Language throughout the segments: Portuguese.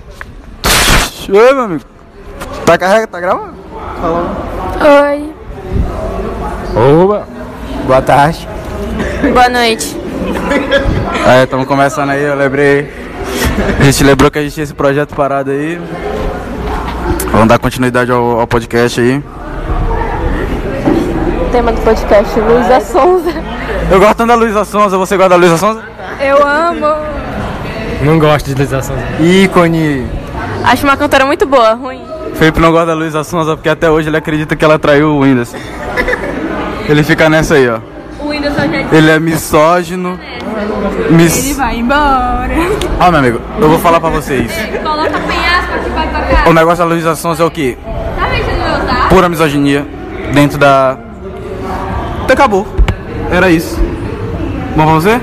Ô, Ô, meu amigo. Tá carrega, tá gravando? Oi. Oba. Boa tarde. Boa noite. Aí, estamos começando aí, eu lembrei. A gente lembrou que a gente tinha esse projeto parado aí. Vamos dar continuidade ao, ao podcast aí. O tema do podcast Luísa Sonza. Eu gosto tanto da Luísa Sonza, você gosta da Luísa Sonza? Eu amo. Não gosto de utilização. Ícone. Acho uma cantora muito boa, ruim. Felipe não gosta da Luísa Sonza porque até hoje ele acredita que ela traiu o Whindersson. Ele fica nessa aí, ó. O Whindersson já Ele é misógino. Mis... vai embora. É, Ó, meu amigo, eu vou falar pra vocês. Coloca penhasco aqui pra tocar. O negócio da Luísa Sonza é o quê? Tá vendo meu usar? Pura misoginia dentro da. Então Acabou. Era isso. Bom pra você?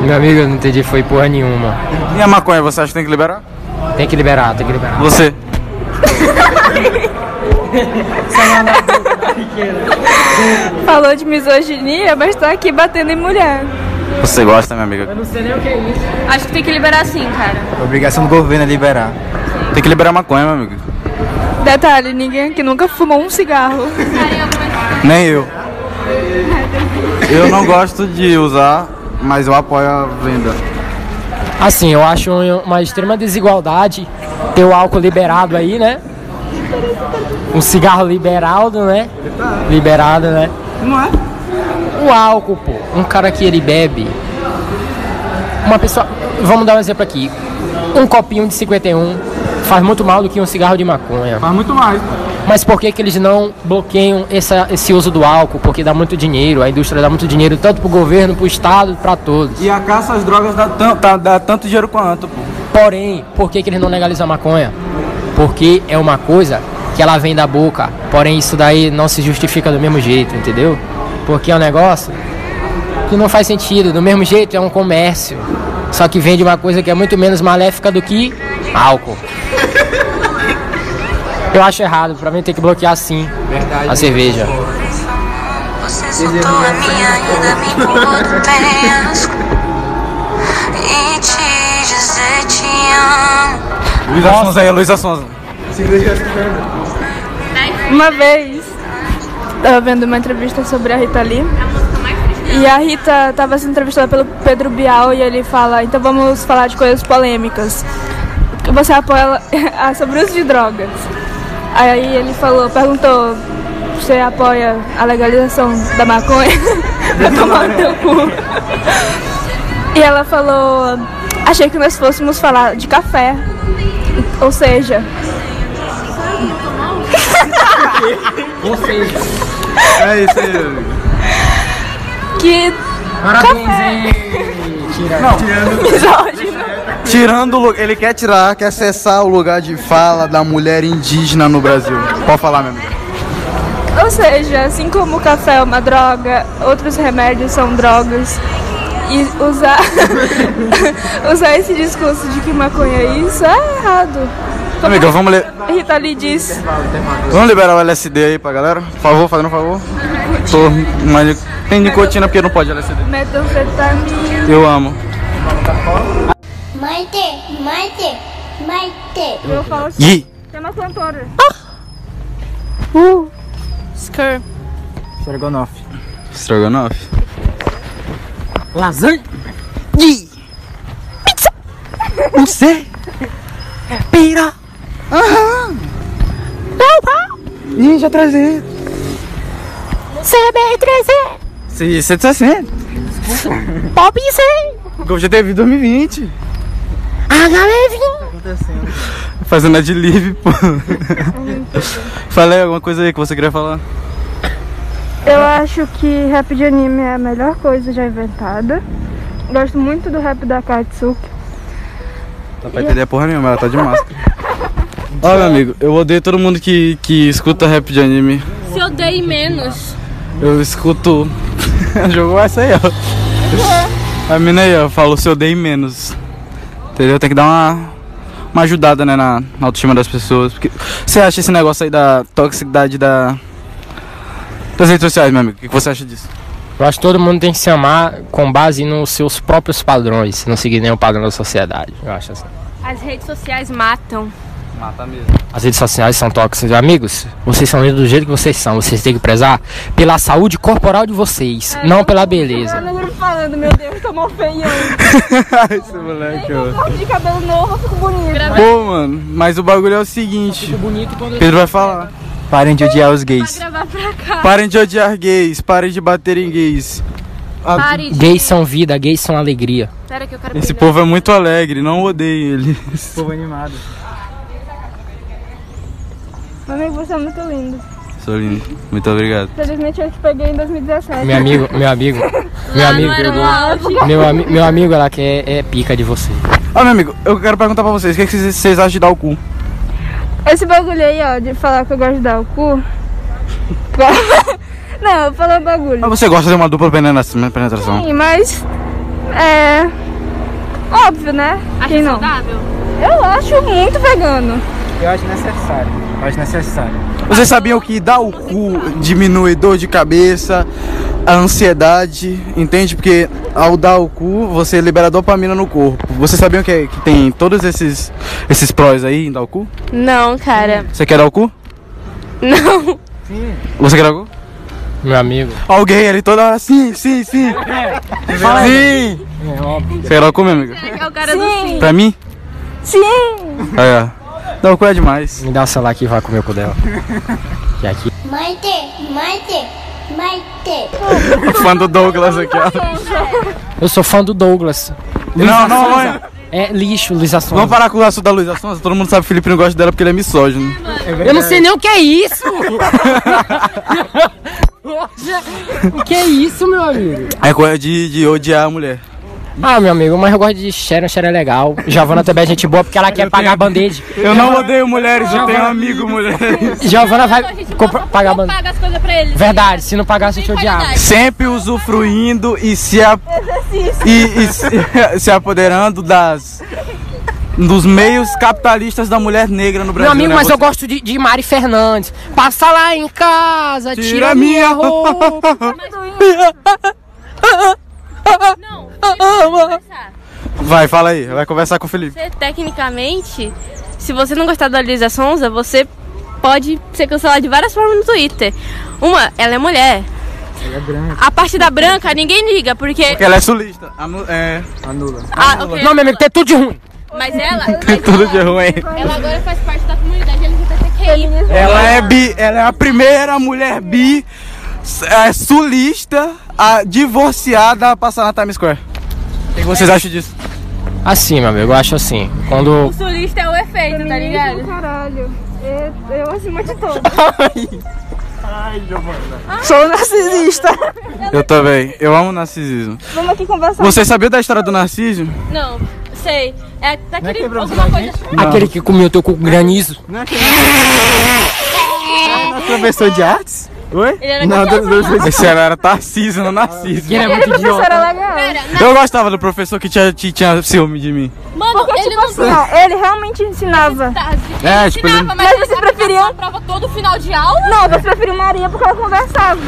Meu amigo, eu não entendi, foi porra nenhuma. E a maconha, você acha que tem que liberar? Tem que liberar, tem que liberar. Você. Falou de misoginia, mas tá aqui batendo em mulher. Você gosta, minha amiga. Acho que tem que liberar sim, cara. Obrigação do governo é liberar. Tem que liberar maconha, meu amigo. Detalhe, ninguém aqui nunca fumou um cigarro. Nem eu. Eu não gosto de usar, mas eu apoio a venda. Assim, eu acho uma extrema desigualdade ter o álcool liberado aí, né? O cigarro liberado, né? Liberado, né? O álcool, pô. Um cara que ele bebe. Uma pessoa. Vamos dar um exemplo aqui. Um copinho de 51 faz muito mal do que um cigarro de maconha. Mas muito mais. Mas por que, que eles não bloqueiam essa- esse uso do álcool? Porque dá muito dinheiro, a indústria dá muito dinheiro, tanto pro governo, pro Estado, pra todos. E a caça às drogas dá, tan- tá- dá tanto dinheiro quanto, pô. Porém, por que, que eles não legalizam a maconha? Porque é uma coisa que ela vem da boca, porém isso daí não se justifica do mesmo jeito, entendeu? Porque é um negócio que não faz sentido, do mesmo jeito é um comércio, só que vende uma coisa que é muito menos maléfica do que álcool. Eu acho errado, pra mim tem que bloquear sim a cerveja. Você soltou a minha, ainda me contenso E te dizer te amo Luísa Sonza aí, Luísa Sonza. Uma vez, tava vendo uma entrevista sobre a Rita Lee. E a Rita tava sendo entrevistada pelo Pedro Bial e ele fala: então vamos falar de coisas polêmicas. Que Você apoia ah, sobre o uso de drogas. Aí ele falou, perguntou: você apoia a legalização da maconha? Vai tomar no teu cu. E ela falou: achei que nós fôssemos falar de café. Ou seja, É isso aí, meu amigo. que Parabéns, hein? misógino. Tirando o lu- ele quer tirar, quer acessar o lugar de fala da mulher indígena no Brasil. Pode falar, meu amigo. Ou seja, assim como o café é uma droga, outros remédios são drogas. E usar, usar esse discurso de que maconha é isso é errado. Como Amiga, vamos, li- Rita Lee diz, vamos liberar o LSD aí pra galera? Por favor, fazendo um favor. Tô, mas tem nicotina porque não pode LSD. metanfetamina. Eu amo. Maite, Maite, Maite. Eu falo assim, Ih! é uma cantora. Strogonoff. Lasanha? Ih, já trazer. CB300. 660. Pop 100. GTV 2020. HB20. Fazendo a de live, pô. Falei alguma coisa aí que você queria falar? Eu acho que rap de anime é a melhor coisa já inventada. Gosto muito do rap da Katsuki. Não vai entender porra nenhuma, ela tá de máscara. Ó, meu amigo, eu odeio todo mundo que, que escuta rap de anime. Se eu dei menos. Eu escuto. Jogou essa aí, ó. A mina aí, ó, falou se eu dei menos. Entendeu? Tem que dar uma, uma ajudada, né, na, na autoestima das pessoas. Porque você acha esse negócio aí da toxicidade da. Das redes sociais, meu amigo, o que que você acha disso? Eu acho que todo mundo tem que se amar com base nos seus próprios padrões, não seguir nenhum padrão da sociedade. Eu acho assim. A As redes sociais matam. Mata mesmo. As redes sociais são tóxicas. Amigos, vocês são lindos do jeito que vocês são. Vocês têm que prezar pela saúde corporal de vocês, É, não pela beleza. Eu falando, meu Deus, tô mal feio. Esse moleque, ó. Corte de cabelo novo, eu fico bonito. Pô, mano, mas o bagulho é o seguinte. Bonito quando Pedro vai falar. Parem de odiar os gays. Gravar pra cá. Parem de odiar gays. Parem de bater em gays. Ah, Pare de... Gays são vida, gays são alegria. Espera que eu quero Esse brilhar. povo é muito alegre, não odeiem eles. Povo animado. Meu amigo, você é muito lindo. Sou lindo. Muito obrigado. Felizmente eu te peguei em 2017. Meu amigo, meu amigo, meu amigo, Não era um auge. meu, ami- meu amigo, ela quer é pica de você. Ó, Ah, meu amigo, eu quero perguntar pra vocês, o que, é que vocês, vocês acham de dar o cu? Esse bagulho aí, ó, de falar que eu gosto de dar o cu. Não, eu falei o bagulho. Mas Ah, você gosta de uma dupla penetra- penetração? Sim, mas. É. Óbvio, né? Acha Quem não? saudável? Eu acho muito vegano. Eu acho necessário. Eu acho necessário. Vocês sabiam que dar o cu diminui dor de cabeça, a ansiedade, entende? Porque ao dar o cu, você libera dopamina no corpo. Vocês sabiam que, que tem todos esses, esses prós aí em dar o cu? Não, cara. Você quer dar o cu? Não. Você quer dar o cu? Meu amigo, Ó, o gay ali toda hora, sim, sim, sim. Fala aí. É. Sim. é óbvio. Você quer dar o cu, meu amigo? É o cara do sim. Pra mim? Sim! Aí, ó. Dar o cu é demais. Me dá o celular aqui e vai comer o cu dela. Que aqui. Maite, Maite, Maite. Fã do Douglas aqui, ó. Eu sou fã do Douglas. Não, não, não. É lixo, Luiz Assunção. Vamos parar com o assunto da Luísa Sonza? Todo mundo sabe que o Felipe não gosta dela porque ele é misógino. Eu não sei nem o que é isso! o que é isso, meu amigo? É coisa de, de odiar a mulher. Ah, meu amigo, mas eu gosto de Sharon, Sharon é legal. Giovana também é gente boa porque ela quer pagar band-aid. Eu não odeio mulheres, eu tenho amigo mulheres. Giovana vai A gente compra- não pagar não band-aid. paga as coisas pra eles. Verdade, se não pagasse eu te odiava. Sempre usufruindo e se, a... e, e se, se apoderando das dos meios capitalistas da mulher negra no Meu Brasil. amigo, né? mas eu Você- gosto de, de Mari Fernandes. Passa lá em casa, tira, Tira minha minha roupa. roupa. Não. Ama. Vai, fala aí, vai conversar com o Felipe. Você, tecnicamente, se você não gostar da Luísa Sonza, você pode ser cancelado de várias formas no Twitter. Uma, ela é mulher. A parte da branca, ninguém liga, porque. Porque ela é sulista. A mu- É, Ah, ok. Não, meu amigo, tem tudo de ruim. Mas ela, tudo de ruim. ela agora faz parte da comunidade LGBTQI. Ela é bi, ela é a primeira mulher bi é, sulista a divorciada a passar na Times Square. O que vocês acham disso? Assim, meu amigo, eu acho assim. Quando. O sulista é o efeito, tá ligado? Caralho, eu, eu acima de todo. Ai, Giovana. Sou narcisista. Eu também, eu amo narcisismo. Vamos aqui conversar. Você sabia da história do Narciso? Não, sei. É daquele. alguma coisa. Aquele que comeu teu cu com granizo. Professor de artes? Oi? Ele é era Não, né? gostoso. dois vezes. Esse era Tarcísio, não Narciso. Que ele é muito idiota. Era legal. Cara, Eu gostava do professor que tinha, tinha, tinha ciúme de mim. Mano, ele não Assim, ó, ele realmente ensinava. tá- É, tipo, ele- ensinava, mas, Mas ele você sabe que preferia- a prova todo final de aula. Não, você preferiu Maria porque ela conversava.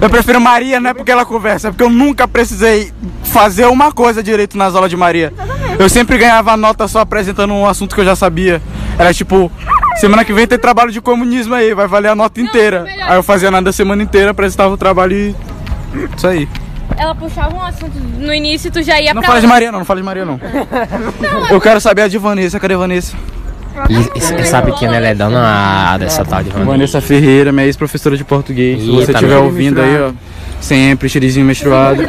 eu prefiro Maria, não é porque ela conversa, é porque eu nunca precisei fazer uma coisa direito nas aulas de Maria. Eu sempre ganhava nota só apresentando um assunto que eu já sabia. Era tipo, semana que vem tem trabalho de comunismo aí, vai valer a nota inteira. melhor. Aí eu fazia nada a semana inteira, apresentava o trabalho e. Isso aí. Ela puxava um assunto no início e tu já ia Não pra fala de Maria, não, não fala de Maria, não. Eu quero saber a de Vanessa, cadê a Vanessa? E, e- e sabe que ela é danada essa tal de Wanda? Vanessa Ferreira, minha ex-professora de português. Se Ih, você tá estiver bem. ouvindo aí, ó. Sempre, chirizinho menstruado.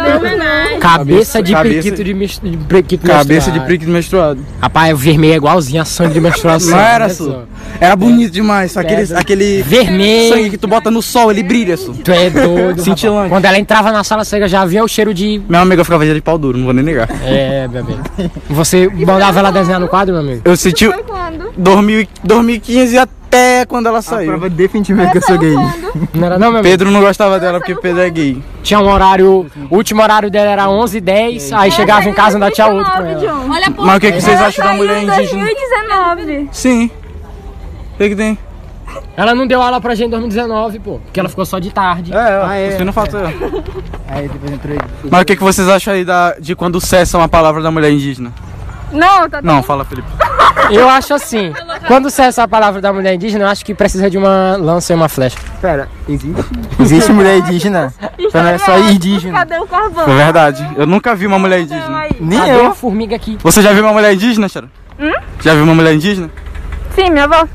Cabeça de Cabeça- periquito de, mis- de periquito Cabeça de menstruado. prick menstruado. Rapaz, o vermelho é igualzinho a sangue de menstruação. Não era, né, Su? só? Era bonito demais. só Aquele, aquele sangue Vermelho. que tu bota no sol, ele brilha, Su. Tu é doido. Cintilante. rapaz. Quando ela entrava na sala cega, já havia o cheiro de. Meu amigo, eu ficava de pau duro, não vou nem negar. É, bebê. Você mandava ela desenhar no quadro, meu amigo? Eu senti. 2000 2015 até quando ela A saiu. prova definitivamente que eu sou gay. Não era, não, meu amigo? Pedro não gostava dela porque Pedro é gay. Tinha um horário. O último horário dela era 11h10. Aí chegava em casa e ainda tinha outro né? pra ela. Olha a porra. Mas o que, que vocês acham da mulher indígena? 2019. Sim. O que, que tem? Ela não deu aula pra gente em 2019, pô. Porque ela ficou só de tarde. É, ó, Ah, é. isso não falta. Aí depois entrou ele. Mas o que, que vocês acham aí da, de quando cessam a palavra da mulher indígena? Não, tá Não, fala, Felipe. Eu acho assim, quando sai essa palavra da mulher indígena, eu acho que precisa de uma lança e uma flecha. Pera, existe? Existe mulher indígena? Então não é só indígena. Cadê o carvão? É verdade. Eu nunca vi uma mulher indígena. Aí. Nem Cadê eu. a formiga aqui? Você já viu uma mulher indígena, Chara? Já viu uma mulher indígena? Sim, minha avó.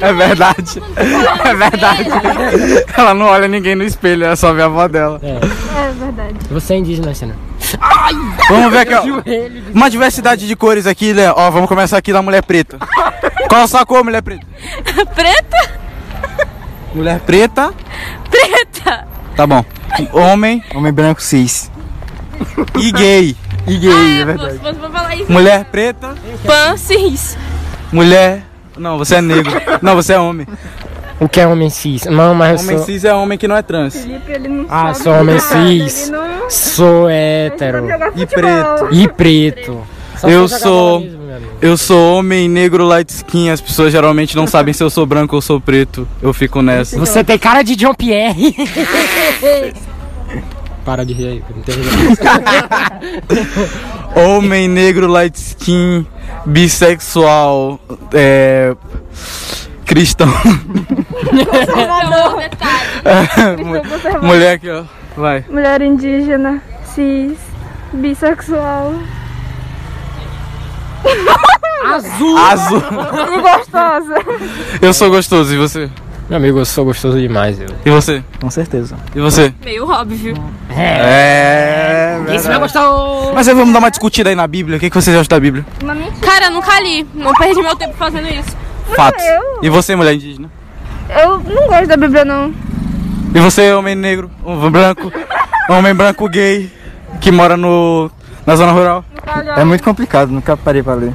É verdade. É verdade. Ela não olha ninguém no espelho, ela só vê a avó dela. É verdade. Você é indígena, Sena. Vamos ver aqui, ó. Uma diversidade de cores aqui, né? Ó, vamos começar aqui da mulher preta. Qual a sua cor, mulher preta? Preta? Mulher preta. Preta! Tá bom. Homem Homem branco cis. e gay. E gay, é É, pô, verdade. se fosse pra falar isso. Mulher preta, Pan, cis. mulher. Não, você é negro. Não, você é homem. O que é homem cis? Não, mas eu Homem sou... cis é homem que não é trans. Felipe, ele não Ah, sabe sou homem nada, ele cis. não- Sou hétero. jogar E futebol. preto. E preto. Só Eu jogar sou- bola mesmo, meu amigo. Eu sou homem negro light skin. As pessoas geralmente não sabem se eu sou branco ou sou preto. Eu fico nessa. Você tem cara de John Pierre. Para de rir aí, não tem jeito. Homem negro light skin, bissexual, é. cristão. Então, detalhe. Mulher aqui, ó. Vai. Mulher indígena, cis, bissexual. Azul! Azul. E gostosa. Eu sou gostoso. E você? Meu amigo, eu sou gostoso demais, eu. E você? Com certeza. E você? Meio óbvio. É. Esse vai gostar o... Mas aí vamos dar uma discutida aí na Bíblia. O que, que vocês acham da Bíblia? Cara, nunca li. Não perdi meu tempo fazendo isso. Fatos. eu. E você, mulher indígena? Eu não gosto da Bíblia, não. E você, homem negro, homem branco, homem branco gay, que mora no, na zona rural? É muito complicado, nunca parei pra ler.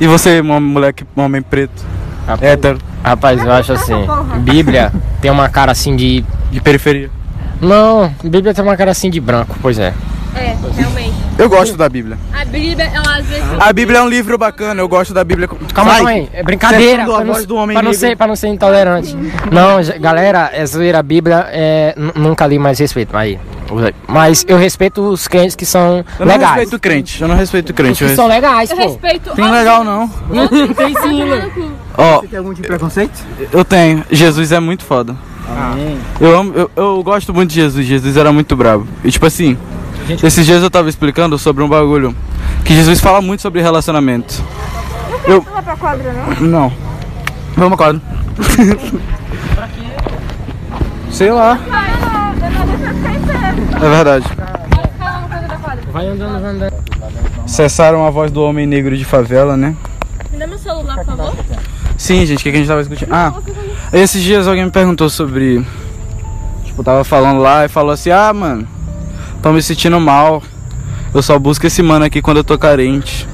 E você, uma mulher que, um homem preto, hétero, Rapaz, eu acho assim, Bíblia tem uma cara assim de... de periferia? Não, Bíblia tem uma cara assim de branco, pois é. É, realmente. Eu gosto da Bíblia. A Bíblia, ela às vezes. A Bíblia é um livro bacana, eu gosto da Bíblia. Calma, Vai. calma aí. É Você é brincadeira. a Pra não, voz do homem pra não negro. ser, pra não ser intolerante. Não, já- galera, é zoeira. A Bíblia é, nu- nunca li mais respeito. Aí. Mas eu respeito os crentes que são Eu não legais. respeito crente, eu não respeito Os crente. Eu que são respeito. legais, Eu pô. respeito. Tem legal não. Tem sim, Ó, Tem algum tipo de preconceito? eu tenho. Jesus é muito foda. Amém. Eu, amo, eu, eu gosto muito de Jesus, Jesus era muito brabo. E tipo assim, esses dias eu tava explicando sobre um bagulho que Jesus fala muito sobre relacionamento. Eu Vai pra quadra, né? não? não. Vamos quadro. Sei lá. É verdade. Vai andando, vai andando. Cessaram a voz do homem negro de favela, né? Me dá meu celular, por favor. Sim, gente, o que que a gente tava discutindo? Ah, esses dias alguém me perguntou sobre. Tipo, tava falando lá e falou assim: Ah, mano, tô me sentindo mal. Eu só busco esse mano aqui quando eu tô carente.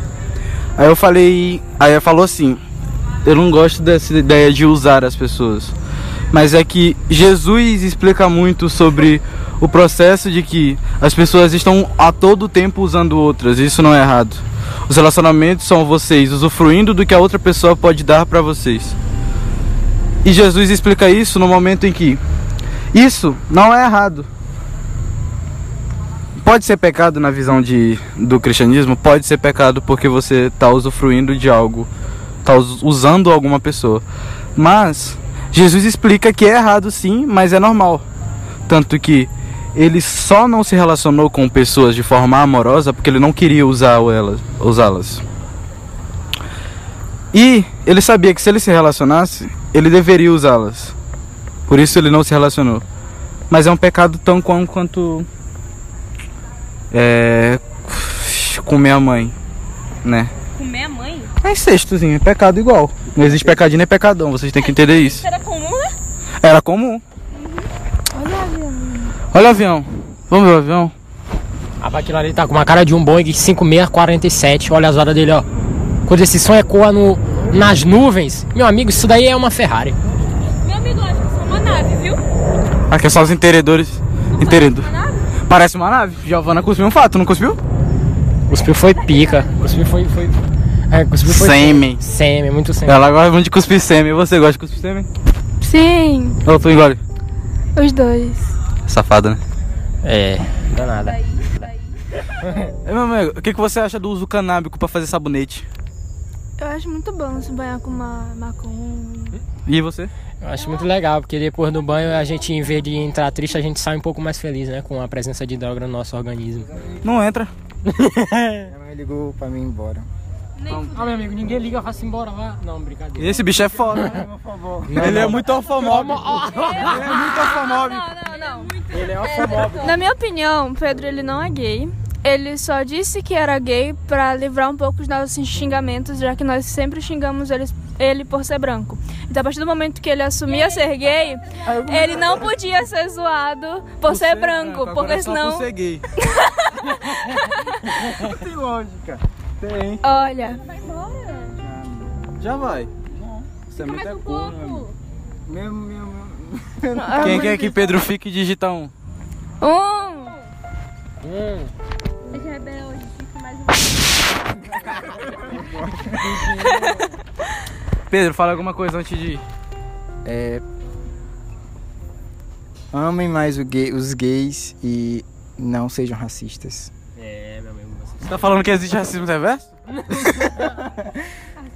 Aí eu falei. Aí ela falou assim: Eu não gosto dessa ideia de usar as pessoas. Mas é que Jesus explica muito sobre o processo de que as pessoas estão a todo tempo usando outras. Isso não é errado. Os relacionamentos são vocês usufruindo do que a outra pessoa pode dar pra vocês. E Jesus explica isso no momento em que isso não é errado. Pode ser pecado na visão de, do cristianismo? Pode ser pecado porque você está usufruindo de algo, está tá usando alguma pessoa. Mas Jesus explica que é errado sim, mas é normal. Tanto que ele só não se relacionou com pessoas de forma amorosa porque ele não queria usar elas- usá-las. E ele sabia que se ele se relacionasse, ele deveria usá-las. Por isso ele não se relacionou. Mas é um pecado tão quão quanto. É. Comer a mãe. Né? Comer a mãe? É incestozinho, é pecado igual. Não existe pecadinho nem pecadão, vocês têm que entender isso. Era comum, né? Era comum. Olha o avião. Vamos ver o avião? A aquilo ali tá com uma cara de um Boeing 5647. Olha as horas dele, ó. Quando esse som ecoa no, nas nuvens, meu amigo, isso daí é uma Ferrari. Meu amigo, eu acho que sou uma nave, viu? Aqui é só os interiores. Interido. Parece uma nave. Giovana cuspiu um fato, não cuspiu? Cuspiu foi pica. Cuspiu foi. foi... É, cuspiu foi. Sêmen. Sêmen, muito sêmen. Ela gosta muito de cuspir sêmen. Você gosta de cuspir sêmen? Sim, Ou tu engole? os dois. Safada, né? É, danada. Ei, meu amigo, o que, que você acha do uso canábico pra fazer sabonete? Eu acho muito bom se banhar com uma maconha. E você? Eu acho muito legal, porque depois do banho a gente, em vez de entrar triste, a gente sai um pouco mais feliz, né? Com a presença de droga no nosso organismo. Não entra. Minha mãe ligou pra mim ir embora. Ah, meu amigo, ninguém liga, faça embora lá. Não, brincadeira. Esse bicho é foda. Por favor. Ele é muito orfomóvel. Ele é muito orfomóvel. Não, não, não. Ele é ofomóvel. Na minha opinião, Pedro ele não é gay. Ele só disse que era gay pra livrar um pouco os nossos xingamentos, já que nós sempre xingamos ele, ele por ser branco. Então, a partir do momento que ele assumia ser gay, ele não podia ser zoado por ser branco, Agora porque é só senão. por ser gay. Tem lógica. Tem. Olha, Já vai. Isso é muito é cool, meu amigo. Meu, meu, meu. Ah, Quem quer que Pedro fique e digita um? um. é Hum. um. Pedro, fala alguma coisa antes de ir. É. Amem mais o gay- os gays e não sejam racistas. É, meu amigo, você Você tá falando que existe racismo reverso?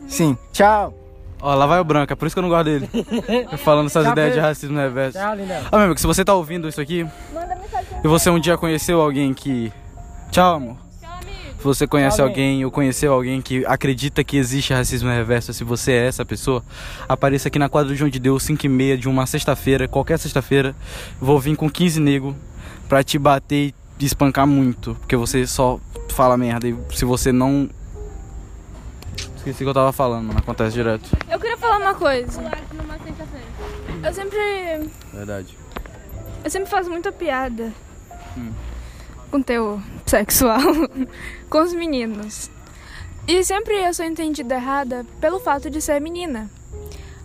Sim. Tchau. Ó, lá vai o branco, é por isso que eu não gosto dele. Eu falando essas Já ideias de vejo. racismo reverso. Tchau, lindão. Ó, meu amigo, se você tá ouvindo isso aqui e você um dia conheceu alguém que. Tchau, amor. Se você conhece Tchau, alguém ou conheceu alguém que acredita que existe racismo reverso, se você é essa pessoa, apareça aqui na quadra do João de Deus, 5 e meia de uma sexta-feira, qualquer sexta-feira. Vou vir com 15 negros pra te bater e te espancar muito, porque você só fala merda. E se você não. Esqueci o que eu tava falando, mano. Acontece direto. Eu queria falar uma coisa. Eu sempre. Verdade. Eu sempre faço muita piada. Com teu sexual. com os meninos. E sempre eu sou entendida errada pelo fato de ser menina.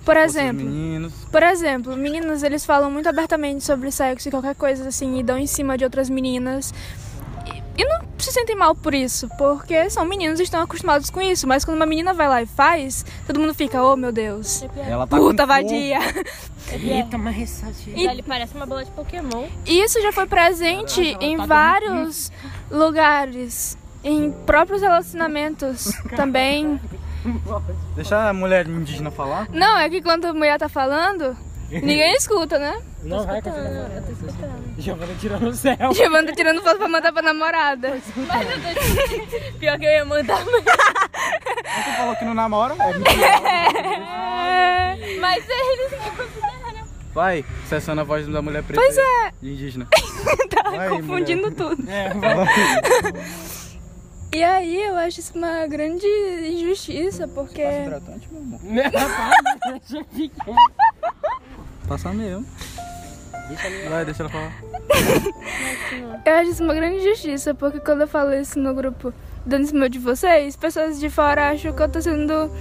Por exemplo. Meninos. Por exemplo, meninas, eles falam muito abertamente sobre sexo e qualquer coisa assim, e dão em cima de outras meninas. E, e não se sentem mal por isso, porque são meninos e estão acostumados com isso. Mas quando uma menina vai lá e faz, todo mundo fica, oh meu Deus, Ela tá puta vadia. Ele parece uma bola de Pokémon. E isso já foi presente em vários lugares, em próprios relacionamentos também. Deixa a mulher indígena falar. Não, é que quando a mulher tá falando, ninguém escuta, né? Não vai continuar. Eu tô escutando. Giovana tirando o céu. Giovanna tá tirando foto pra mandar pra namorada. Pior que eu ia mandar. Você falou que não namora? é Mas eles. Vai, cessando a voz da mulher preta. Pois é. Indígena. tá Vai, confundindo tudo. É, E aí eu acho isso uma grande injustiça, porque. Hidratante, meu Tá amor. vai. Passa mesmo. Vai, deixa ela falar. Eu acho isso uma grande injustiça, porque quando eu falo isso no grupo dando em cima de vocês, pessoas de fora acham que eu tô sendo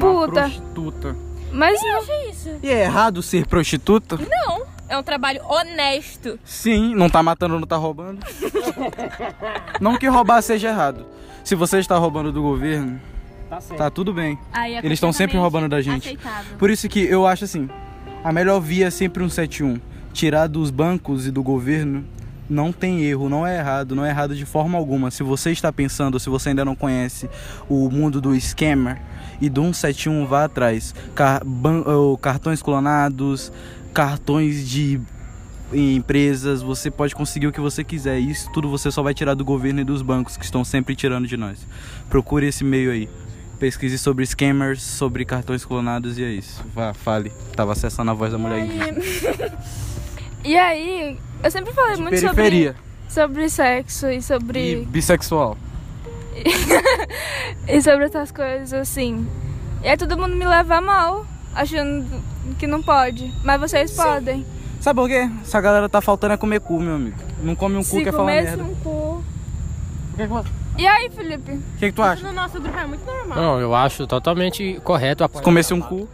puta. Uma prostituta. Mas não. E é errado ser prostituta? Não. É um trabalho honesto. Sim, não tá matando, não tá roubando. não que roubar seja errado. Se você está roubando do governo, Tá certo. tá tudo bem. Aí é Eles estão sempre completamente roubando da gente. Aceitável. Por isso que eu acho assim, a melhor via é sempre um 71. Tirar dos bancos e do governo não tem erro, não é errado, não é errado de forma alguma. Se você está pensando, se você ainda não conhece o mundo do scammer e do 171, vá atrás. Car- ban- ou cartões clonados, cartões de empresas, você pode conseguir o que você quiser. Isso tudo você só vai tirar do governo e dos bancos que estão sempre tirando de nós. Procure esse meio aí. Pesquise sobre scammers, sobre cartões clonados e é isso. Vá, fale. Tava acessando a voz da mulher é aí. E aí, eu sempre falei muito sobre, Periferia sobre sexo e e sobre. bissexual. e sobre essas coisas assim. E aí todo mundo me leva a mal, achando que não pode. Mas vocês podem. Sabe por quê? Essa galera tá faltando é comer cu, meu amigo. Não come um cu, Se quer falar comesse merda. um cu. Por que que você- E aí, Felipe? O que, que tu acha? No nosso grupo é muito normal. Não, eu acho totalmente correto Se apoiar. comesse um cu.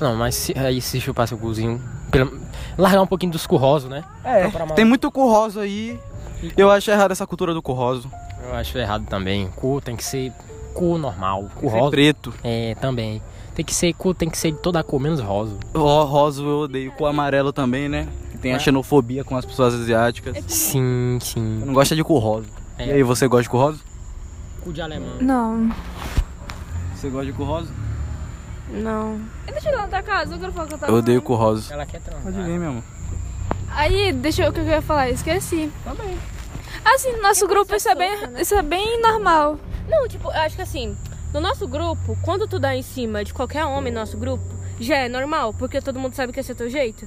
Não, mas se, aí se chupar seu cozinho. Pelo... Largar um pouquinho dos currosos, né? É, tem muito cu rosa aí. Eu acho errado essa cultura do cu rosa. Eu acho errado também. Cu tem que ser cu normal. Cu Ser rosa. preto. É, também. Tem que ser cu, tem que ser de toda a cor, menos rosa. Ó, rosa eu odeio. Cu amarelo É. tipo- também, né? Que Tem a xenofobia com as pessoas asiáticas. Sim, sim. Eu não gosto é de cu rosa. E aí, você gosta de cu rosa? Cu de alemão. Não. Você gosta de cu rosa? Não. Deixa eu levantar a casa, eu quero falar que eu tava Eu odeio cu rosa. Ela quer transar. Pode vir, meu amor. Aí, deixa eu, o que eu ia falar, esqueci. Tá bem. Assim, no nosso grupo isso é, bem, isso é bem normal. Não, tipo, eu acho que assim, no nosso grupo, quando tu dá em cima de qualquer homem no nosso grupo, já é normal, porque todo mundo sabe que esse é teu jeito.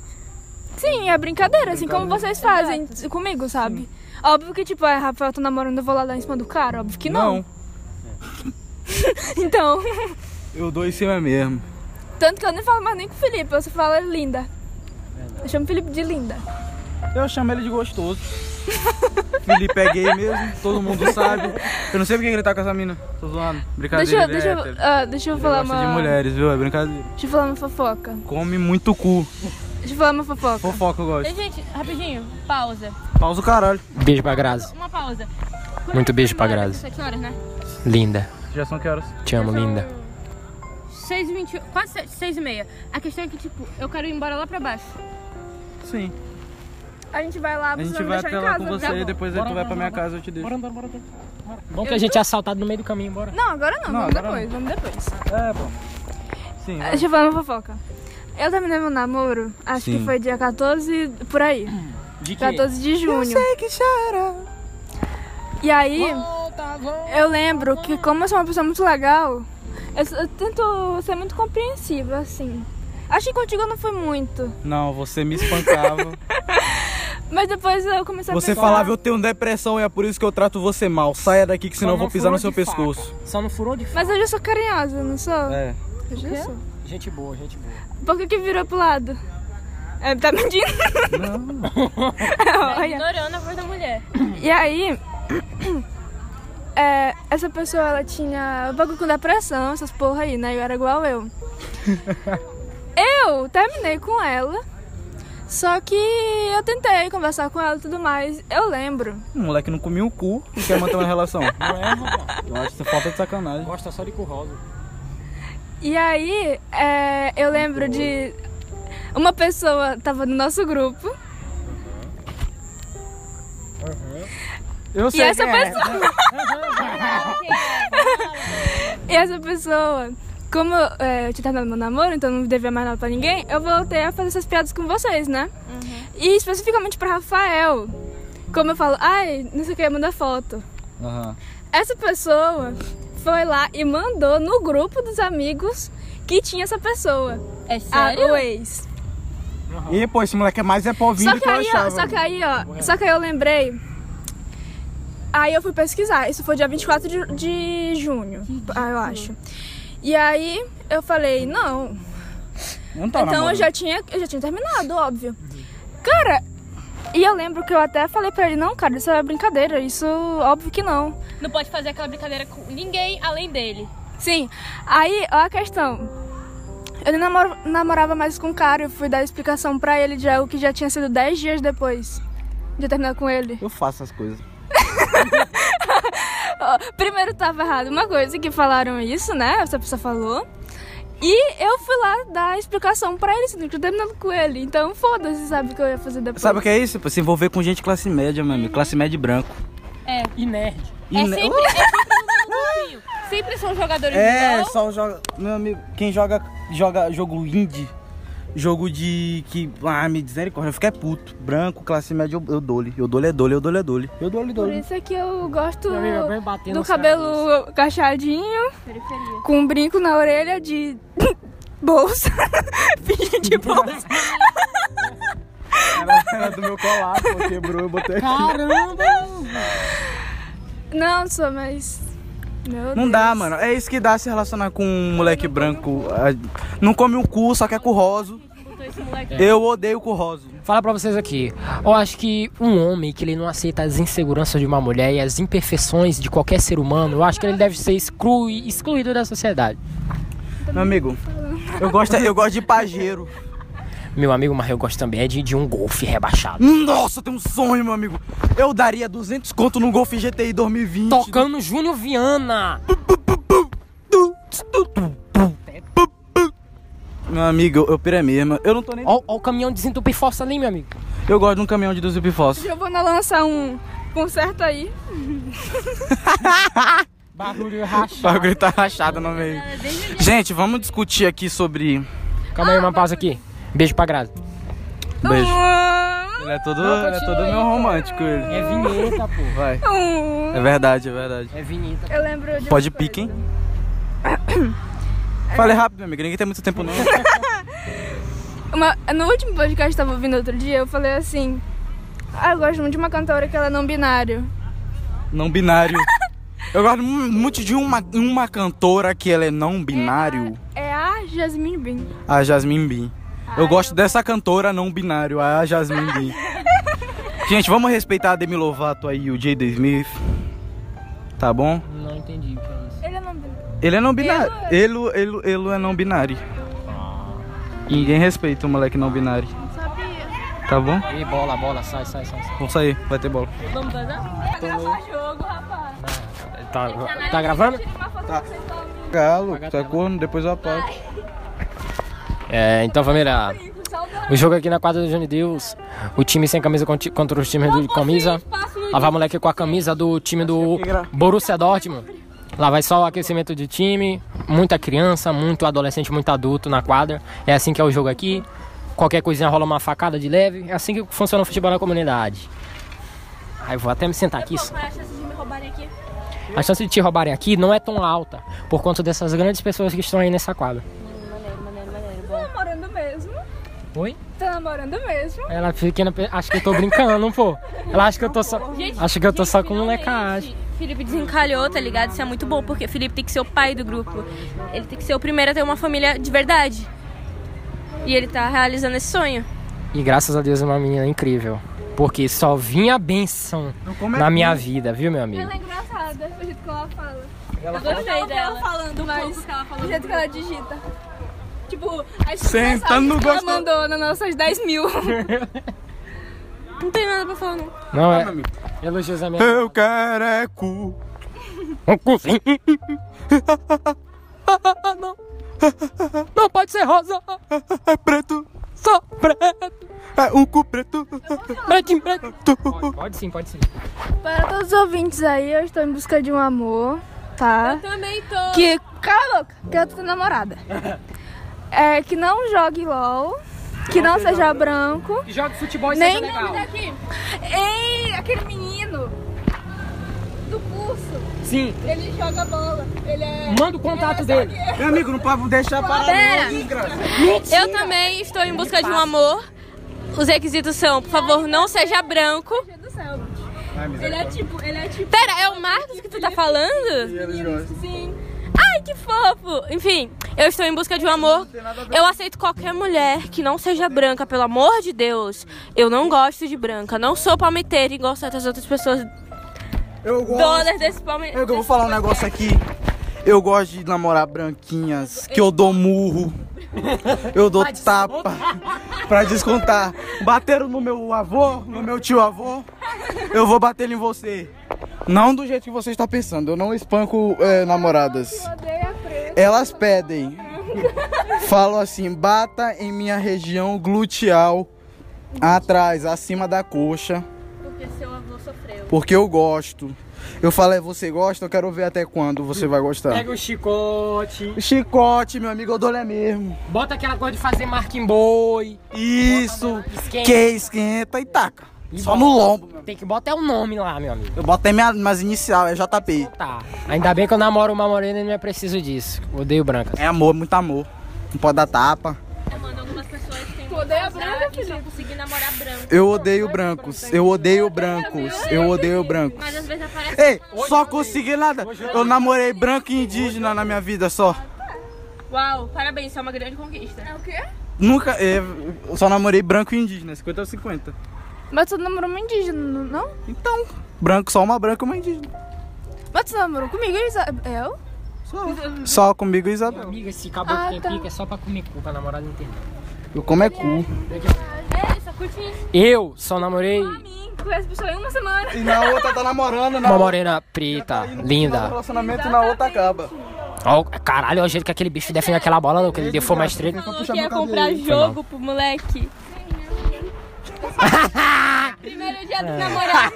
Sim, é brincadeira, assim como vocês fazem comigo, sabe? Óbvio que, tipo, ah, Rafael tá namorando, eu vou lá dar em cima do cara, óbvio que não. Então, Eu dou em cima mesmo. tanto que eu nem falo mais nem com o Felipe, eu só falo é linda. Eu chamo o Felipe de linda. Eu chamo ele de gostoso. Felipe é gay mesmo, todo mundo sabe. Eu não sei porque ele tá com essa mina. Tô zoando. Deixa, Brincadeira. eu- deixa, eu- ele é hétero. ah, deixa eu Ele falar gosta uma. de mulheres, viu? É brincadeira. Deixa eu falar uma fofoca. Come muito cu. Deixa eu falar uma fofoca. Fofoca eu gosto. Gente, rapidinho, pausa. Pausa o caralho. Beijo pra Grazi. Uma pausa. é Muito beijo pra Demora Grazi. sete horas, né? Linda. Já são que horas? Te amo, linda. 6 20, quase 7, 6 e meia. A questão é que, tipo, eu quero ir embora lá pra baixo. Sim. A gente vai lá, A vocês gente vão me vai até deixar em lá casa. com tá você, bom. depois aí tu vai pra minha casa eu te deixo. bora, bora, bora. Bom que a gente é assaltado no meio do caminho, bora. Não, agora não, Não, vamos agora depois, vamos depois. É, bom. Sim. Deixa eu falar uma fofoca. Eu terminei meu namoro, acho Sim. Hum, que foi dia 14, por aí. De quê? 14 de junho. Eu sei que chora. E aí, eu lembro que como eu sou uma pessoa muito legal, eu, s- eu tento ser muito compreensiva, assim. Acho que contigo eu não fui muito. Não, você me espancava. Mas depois eu comecei a Você pensar... falava, eu tenho depressão e é por isso que eu trato você mal. Saia daqui que senão eu Só vou não pisar no furou seu de faca. pescoço. Só não furou de f... Mas eu já sou carinhosa, não sou? É. Eu já sou. Gente boa, gente boa. Por que que virou pro lado? É, tá mentindo? Não. Olha. Ignorando a voz da mulher. E aí, é, essa pessoa ela tinha um bagulho com depressão, essas porra aí, né? Eu era igual eu. eu terminei com ela, só que eu tentei conversar com ela e tudo mais. Eu lembro. O moleque não comia o cu e quer manter uma relação. Não é, rapaz? Eu acho que isso falta de sacanagem. Gosta só de cu rosa. E aí, é, eu lembro de. Uma pessoa tava no nosso grupo. Eu é. E essa pessoa. e essa pessoa. Como é, eu tinha terminado meu namoro, então não devia mais nada pra ninguém, eu voltei a fazer essas piadas com vocês, né? E especificamente pra Rafael. Como eu falo, ai, não sei o que, manda foto. Aham. Essa pessoa foi lá e mandou no grupo dos amigos que tinha essa pessoa. É A, sério? o ex. E, pô, esse moleque é mais é povinho Só do que que eu aí, ó, achava. só que aí, ó, só que aí eu lembrei. Aí eu fui pesquisar. Isso foi dia 24 de, de junho, ah, eu acho. E aí eu falei, não. Eu Não tá então eu já, tinha, eu já tinha terminado, óbvio. Cara, e eu lembro que eu até falei pra ele, não, cara, isso é brincadeira, isso óbvio que não. Não pode fazer aquela brincadeira com ninguém além dele. Sim, aí, ó a questão. Eu não namoro- namorava mais com o cara, eu fui dar explicação pra ele de algo que já tinha sido 10 dias depois de eu terminar com ele. Eu faço as coisas. Ó, Primeiro tava errado uma coisa que falaram isso, né? Essa pessoa falou. E eu fui lá dar a explicação pra ele, sendo que eu tô terminando com ele. Então foda-se, sabe o que eu ia fazer depois. Sabe o que é isso? Se envolver com gente classe média, meu amigo. Classe média e branco. E nerd. E É ne- sempre, é sempre um grupinho. Sempre são jogadores de É, LOL. só joga. Meu amigo, quem joga, joga jogo indie, jogo de. que. Ah, me misericórdia, fica é puto. Branco, classe média, eu, eu dou-lhe. Eu dou-lhe, é dole, eu dou-lhe, é dole. Eu dou-lhe, Por dole. isso é que eu gosto Meu amigo, alguém batendo do nos caras cabelo cacheadinho, com um brinco na orelha de bolsa. Finge de bolsa. Era do meu colar, pô, quebrou, eu botei. Caramba! Não, só, mas. Meu Não Deus. dá, mano. É isso que dá se relacionar com um moleque branco. Ah, Não come um cu, só que é curroso. Botou esse moleque. Eu odeio curroso. Falar pra vocês aqui. Eu acho que um homem que ele não aceita as inseguranças de uma mulher e as imperfeições de qualquer ser humano, eu acho que ele deve ser exclu- excluído da sociedade. Meu amigo, eu gosto, eu gosto de pajeiro. Meu amigo, mas eu gosto também é de, de um golfe rebaixado. Nossa, tem um sonho, meu amigo. Eu daria 200 conto no Golf GTI 2020. Tocando Júnior Viana! Meu amigo, eu, eu pirei mesmo. Eu não tô nem. Ó, ó o caminhão de desentupir força ali, meu amigo. Eu gosto de um caminhão de 12 pifos. Giovana lança um. Conserta aí. Bagulho O rachado. É, bagulho tá rachado no meio. Gente, vamos discutir aqui sobre. Calma aí, uma pausa aqui. Beijo pra grade. Beijo. Ele é todo, Não, ele é todo continua aí. meio romântico. Ele. É vinheta, pô. Vai. É verdade, é verdade. É vinheta. Um, Eu lembro de. Pode pique, hein? Fale rápido, meu amigo. Ninguém tem muito tempo, não. Uma- no último podcast que eu tava ouvindo outro dia, eu falei assim. Ah, eu gosto muito de uma cantora que ela é não binário. Não binário. Eu gosto mu- muito de uma, uma cantora que ela é não binário, É a Jasmine Bin. a Jasmine Bin. Eu gosto dessa cantora não binário, a Jasmine Bin. Gente, vamos respeitar a Demi Lovato aí, o J.D. Smith. Tá bom? Não entendi o que é isso. Ele é não binário. Ele é não binário. Ele, ele, ele é não binário. Ninguém respeita o moleque não binário. Tá bom? Ei, bola, bola, sai, sai, sai. sai. Vamos sair, vai ter bola. Vamos casar? Tá, tá gravando? Galo, tá corno, depois eu apago. É, então família, o jogo aqui na quadra do Johnny Deus, o time sem camisa conti- contra os times de camisa, lá vai moleque com a camisa do time do Borussia Dortmund, lá vai só o aquecimento de time, muita criança, muito adolescente, muito adulto na quadra, é assim que é o jogo aqui, qualquer coisinha rola uma facada de leve, é assim que funciona o futebol na comunidade. Aí eu vou até me sentar aqui, Qual é a chance de me roubarem aqui? a chance de te roubarem aqui não é tão alta, por conta dessas grandes pessoas que estão aí nessa quadra. Tá namorando mesmo? Oi? Tá namorando mesmo? Ela fica na... pe- acha que eu tô brincando, pô. Ela acha que eu tô só. acha que eu tô Gente, só com finalmente, molecagem. Felipe desencalhou, tá ligado? Isso é muito bom, porque Felipe tem que ser o pai do grupo. Ele tem que ser o primeiro a ter uma família de verdade. E ele tá realizando esse sonho. E graças a Deus é uma menina incrível. Porque só vinha a benção na minha vida, viu, meu amigo? Ela é engraçada, o jeito que ela fala. Eu gostei dela. falando mais. O jeito que ela digita. Tipo, as Senta mensagens no que ela gosto- mandou nas nossas 10 mil. Não tem nada pra falar, não. Não é. Elogios a minha. Eu quero é cu. Um cozinho. Não. Não pode ser rosa. É preto, Só preto. é um cu preto. Preto em preto. Pode, pode sim, pode sim. Para todos os ouvintes aí, eu estou em busca de um amor, tá? Também tô. Que. Cala a boca, que eu tô namorada. É, que não jogue LOL, que não seja branco. Joga futebol e Nem- seja legal. Ei, aquele menino do curso, Sim. ele joga bola. Ele é. Manda o contato dele. Meu amigo, não pode deixar parar. Pera. Eu também estou em busca de um amor. Os requisitos são, por favor, não seja branco. Ele é tipo. Ele é tipo. é Pera, é o Marcos que tu tá falando? Ai, que fofo! Enfim, eu estou em busca de um amor. Eu aceito qualquer mulher que não seja branca, pelo amor de Deus. Eu não gosto de branca. Não sou palmiteira igual certas outras pessoas Eu gosto. donas desse palmiteiro. Eu vou falar um negócio aqui. Eu gosto de namorar branquinhas, que eu dou murro. Eu dou tapa pra descontar. Bateram no meu avô, no meu tio avô. Eu vou bater ele em você. Não do jeito que você está pensando. Eu não espanco eh, namoradas. Elas pedem. Falam assim: bata em minha região gluteal, atrás, acima da coxa. Porque seu avô sofreu. Porque eu gosto. Eu falo, é, você gosta, eu quero ver até quando você vai gostar. Pega o chicote. Chicote, meu amigo, eu dou é mesmo. Bota aquela coisa de fazer marca em boi. Isso, Esquenta. que esquenta e taca. E Só no bota. lombo. Tem que botar o nome lá, meu amigo. Eu boto até minha, minhas inicial, é JP. Tá. Ainda bem que eu namoro uma morena e não é preciso disso. Odeio branca. É amor, muito amor. Não pode dar tapa. Mano, algumas pessoas têm odeia branca, que só conseguir namorar branco. Eu odeio brancos, eu odeio brancos, eu odeio brancos. Mas às vezes aparece. Ei, só consegui nada. Eu namorei branco e indígena na minha vida só. Uau, parabéns, isso é uma grande conquista. O quê? Nunca, é, eu só namorei branco e indígena, 50 ou 50. Mas tu namorou uma indígena, não? Então, branco, só uma branca e uma indígena. Mas tu namorou comigo, é Isabel? Só comigo, Isabel. Amiga, esse caboclo Ah, que tá. pica é só pra comer cu, pra namorada entender. Eu como é cu. É, só curte isso. Eu só namorei Mim, conheço pessoa em uma semana. E na outra tá namorando, na uma morena preta, linda. um relacionamento e na outra acaba. Ó, caralho, é o jeito que aquele bicho defende aquela bola, não, que ele defou mais treta. Falou que ia comprar jogo pro moleque. Primeiro dia do namorado,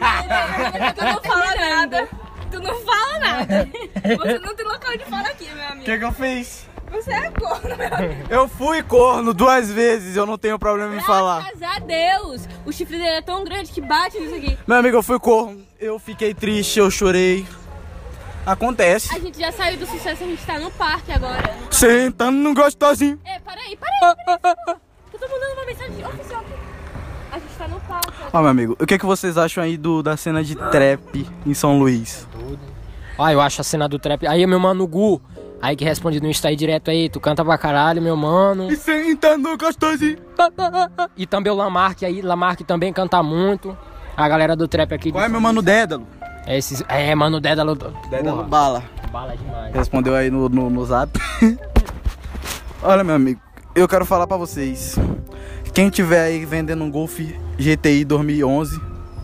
tu não fala nada. Tu não fala nada. Você não tem local de fala aqui, meu amigo. que que eu fiz? Você é corno, meu amigo. Eu fui corno duas vezes, eu não tenho problema em falar. Graças a Deus. O chifre dele é tão grande que bate nisso aqui. Meu amigo, eu fui corno. Eu fiquei triste, eu chorei. A Acontece. gente já saiu do sucesso, a gente tá no parque agora. Sentando no gostosinho. É, para aí, para aí. Para aí por favor. eu tô mandando uma mensagem oficial aqui. A gente tá no parque. Ó, meu amigo, o que, que vocês acham aí do, da cena de trap em São Luís? Ah, eu acho a cena do trap. Aí, meu mano Gu, aí que responde no Insta aí direto aí, tu canta pra caralho, meu mano. E sentando no gostosinho. E também o Lamarck aí, Lamarck também canta muito. A galera do trap aqui. Qual é, meu mano Dédalo? É, esses... é mano, Dédalo. Dédalo Porra, Bala. bala demais. Respondeu aí no, no, no zap. Olha, meu amigo, eu quero falar pra vocês. Quem tiver aí vendendo um Golf GTI 2011,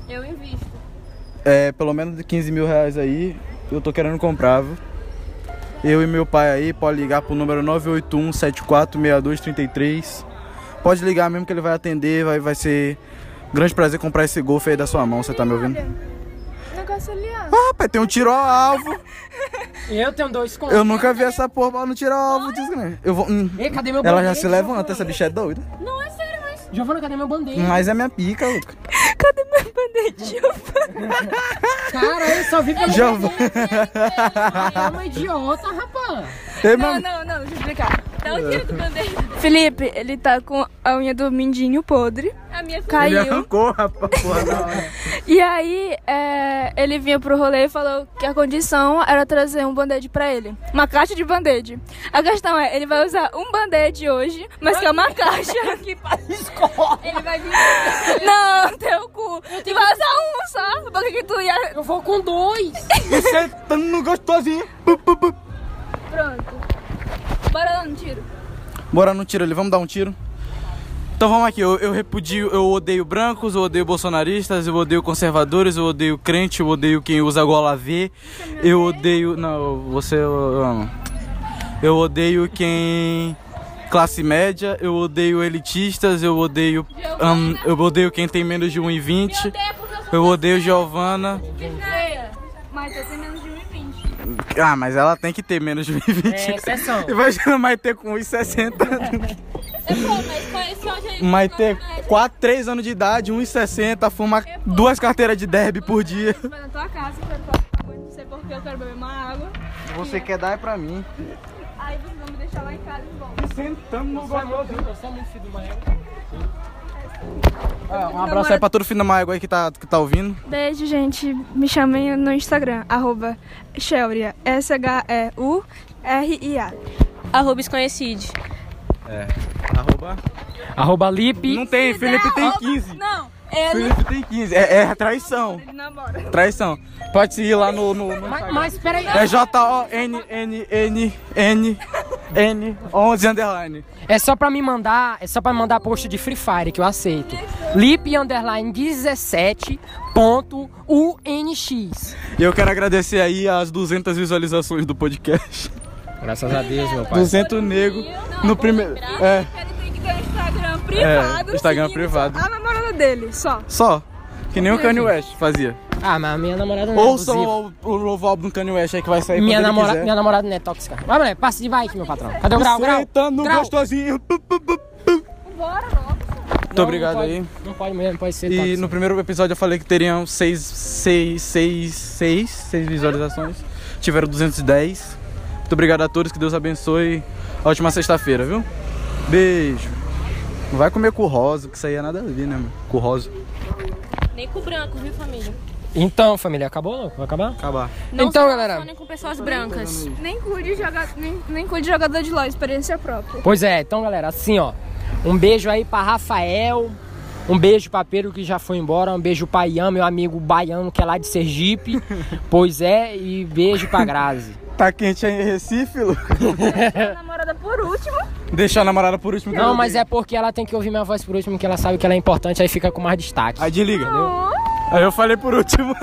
Eu invisto. é, pelo menos de 15 mil reais aí, eu tô querendo comprar, viu? Eu e meu pai aí, pode ligar pro número 981-746233. Pode ligar mesmo que ele vai atender, vai, vai ser grande prazer comprar esse Golf aí da sua mão, você tá me ouvindo? Negócio ali, ó. Ah, rapaz, tem um tiro ao alvo. Eu tenho dois com. Eu nunca vi essa porra pra não tirar o alvo, diz que nem. Eu vou. hum. Ei, cadê meu Ela band-aid, já se Giovana? levanta, essa bicha é doida. Não, é sério, mas... Giovana, cadê meu band-aid? Mas é minha pica, Luca. Cadê meu band-aid? Cara, eu só vi pelo Giovana. É uma idiota, rapaz. Ei, Não, mano. não, não, deixa eu explicar. Dá o tiro do bandeira. Felipe, ele tá com a unha do mindinho podre, A minha filha. Ele caiu. arrancou, rapaz. porra, da hora. E aí, é, ele vinha pro rolê e falou que a condição era trazer um band-aid pra ele. Uma caixa de band-aid. A questão é, ele vai usar um band-aid hoje, mas que é uma caixa. Que faz escola. Ele vai vir. Ele Não, teu cu. Tu vai usar um só. Por que que tu ia... Eu vou com dois. E sentando é no gostosinho. Pu, pu, pu. Pronto. Bora lá no tiro. Bora no tiro ali, vamos dar um tiro. Então vamos aqui, eu, eu repudio, eu odeio brancos, eu odeio bolsonaristas, eu odeio conservadores, eu odeio crente, eu odeio quem usa gola V, eu odeio. Não, você eu, eu amo. Eu odeio quem. classe média, eu odeio elitistas, eu odeio. ahn, eu odeio quem tem menos de 1,20. odeia porque eu sou Eu odeio Giovana. feia. Mas eu tenho menos de 1,20. Ah, mas ela tem que ter menos de 1,20. É exceção. Imagina mais ter com 1,60. É bom, mas com esse ódio aí... Mas ter Não, mas- 4, 3 anos de idade, 1,60, fuma duas carteiras de derby por dia. Vai na tua casa, eu quero falar com você porque eu quero beber uma água. Você quer dar é pra mim. Aí vocês vão me deixar lá em casa e volta. Sentando no gostoso. Eu sou muito filho do Mael. Um abraço aí pra todo fim da Mago aí que tá, que tá ouvindo. Beijo, gente. Me chamem no Instagram, arroba Sheuria, S-H-E-U-R-I-A. Arroba desconhecido. Arroba. Arroba Lipe. Não tem, Felipe tem 15. né? Não, ele, Felipe tem 15. É, é traição. ele namora. Traição. Pode seguir lá no. no, no... Mas, mas peraí. É J-O-N-N-N-N-N-11 underline. É só pra me mandar, é só pra me mandar post de Free Fire que eu aceito. Lip underline 17.unx. E eu quero agradecer aí as 200 visualizações do podcast. Graças a Deus, meu pai. 200 nego no primeiro. É, Ele tem que ter um Instagram privado. Instagram seguindo privado. só A namorada dele, só. só. Que nem o Kanye West fazia. Ah, mas minha namorada não é Ouçam abusiva. o, é o novo álbum do Kanye West aí que vai sair minha, quando namora... ele minha namorada não é tóxica. Vai, mulher, passa de bike, meu patrão. Cadê o grau, grau? Senta no grau. gostosinho. Pu, pu, pu, pu. Muito Não, obrigado não pode- aí. Não pode mesmo, não pode ser E tóxica. no primeiro episódio eu falei que teriam 6, 6, 6, 6, 6 visualizações. Tiveram 210. Muito obrigado a todos, que Deus abençoe. A última sexta-feira, viu? Beijo. Não vai comer com rosa, que isso aí é nada a ver, né, mano? Com rosa. Nem com branco, viu, família? Então, família, acabou? Vai acabar? Acabar. Não Então, se galera. relacionem com pessoas brancas. Nem cuide, joga... nem, nem cuide jogador de LOL, experiência própria. Pois é, então galera, assim ó, um beijo aí pra Rafael, um beijo pra Pedro que já foi embora, um beijo pra Ian, meu amigo baiano que é lá de Sergipe, pois é, e beijo pra Grazi. Tá quente aí em Recife, Lu? A namorada por último. Deixar a namorada por último. que Não, eu mas odeio. é porque ela tem que ouvir minha voz por último, que ela sabe que ela é importante, aí fica com mais destaque. Aí desliga. Aí eu falei por último.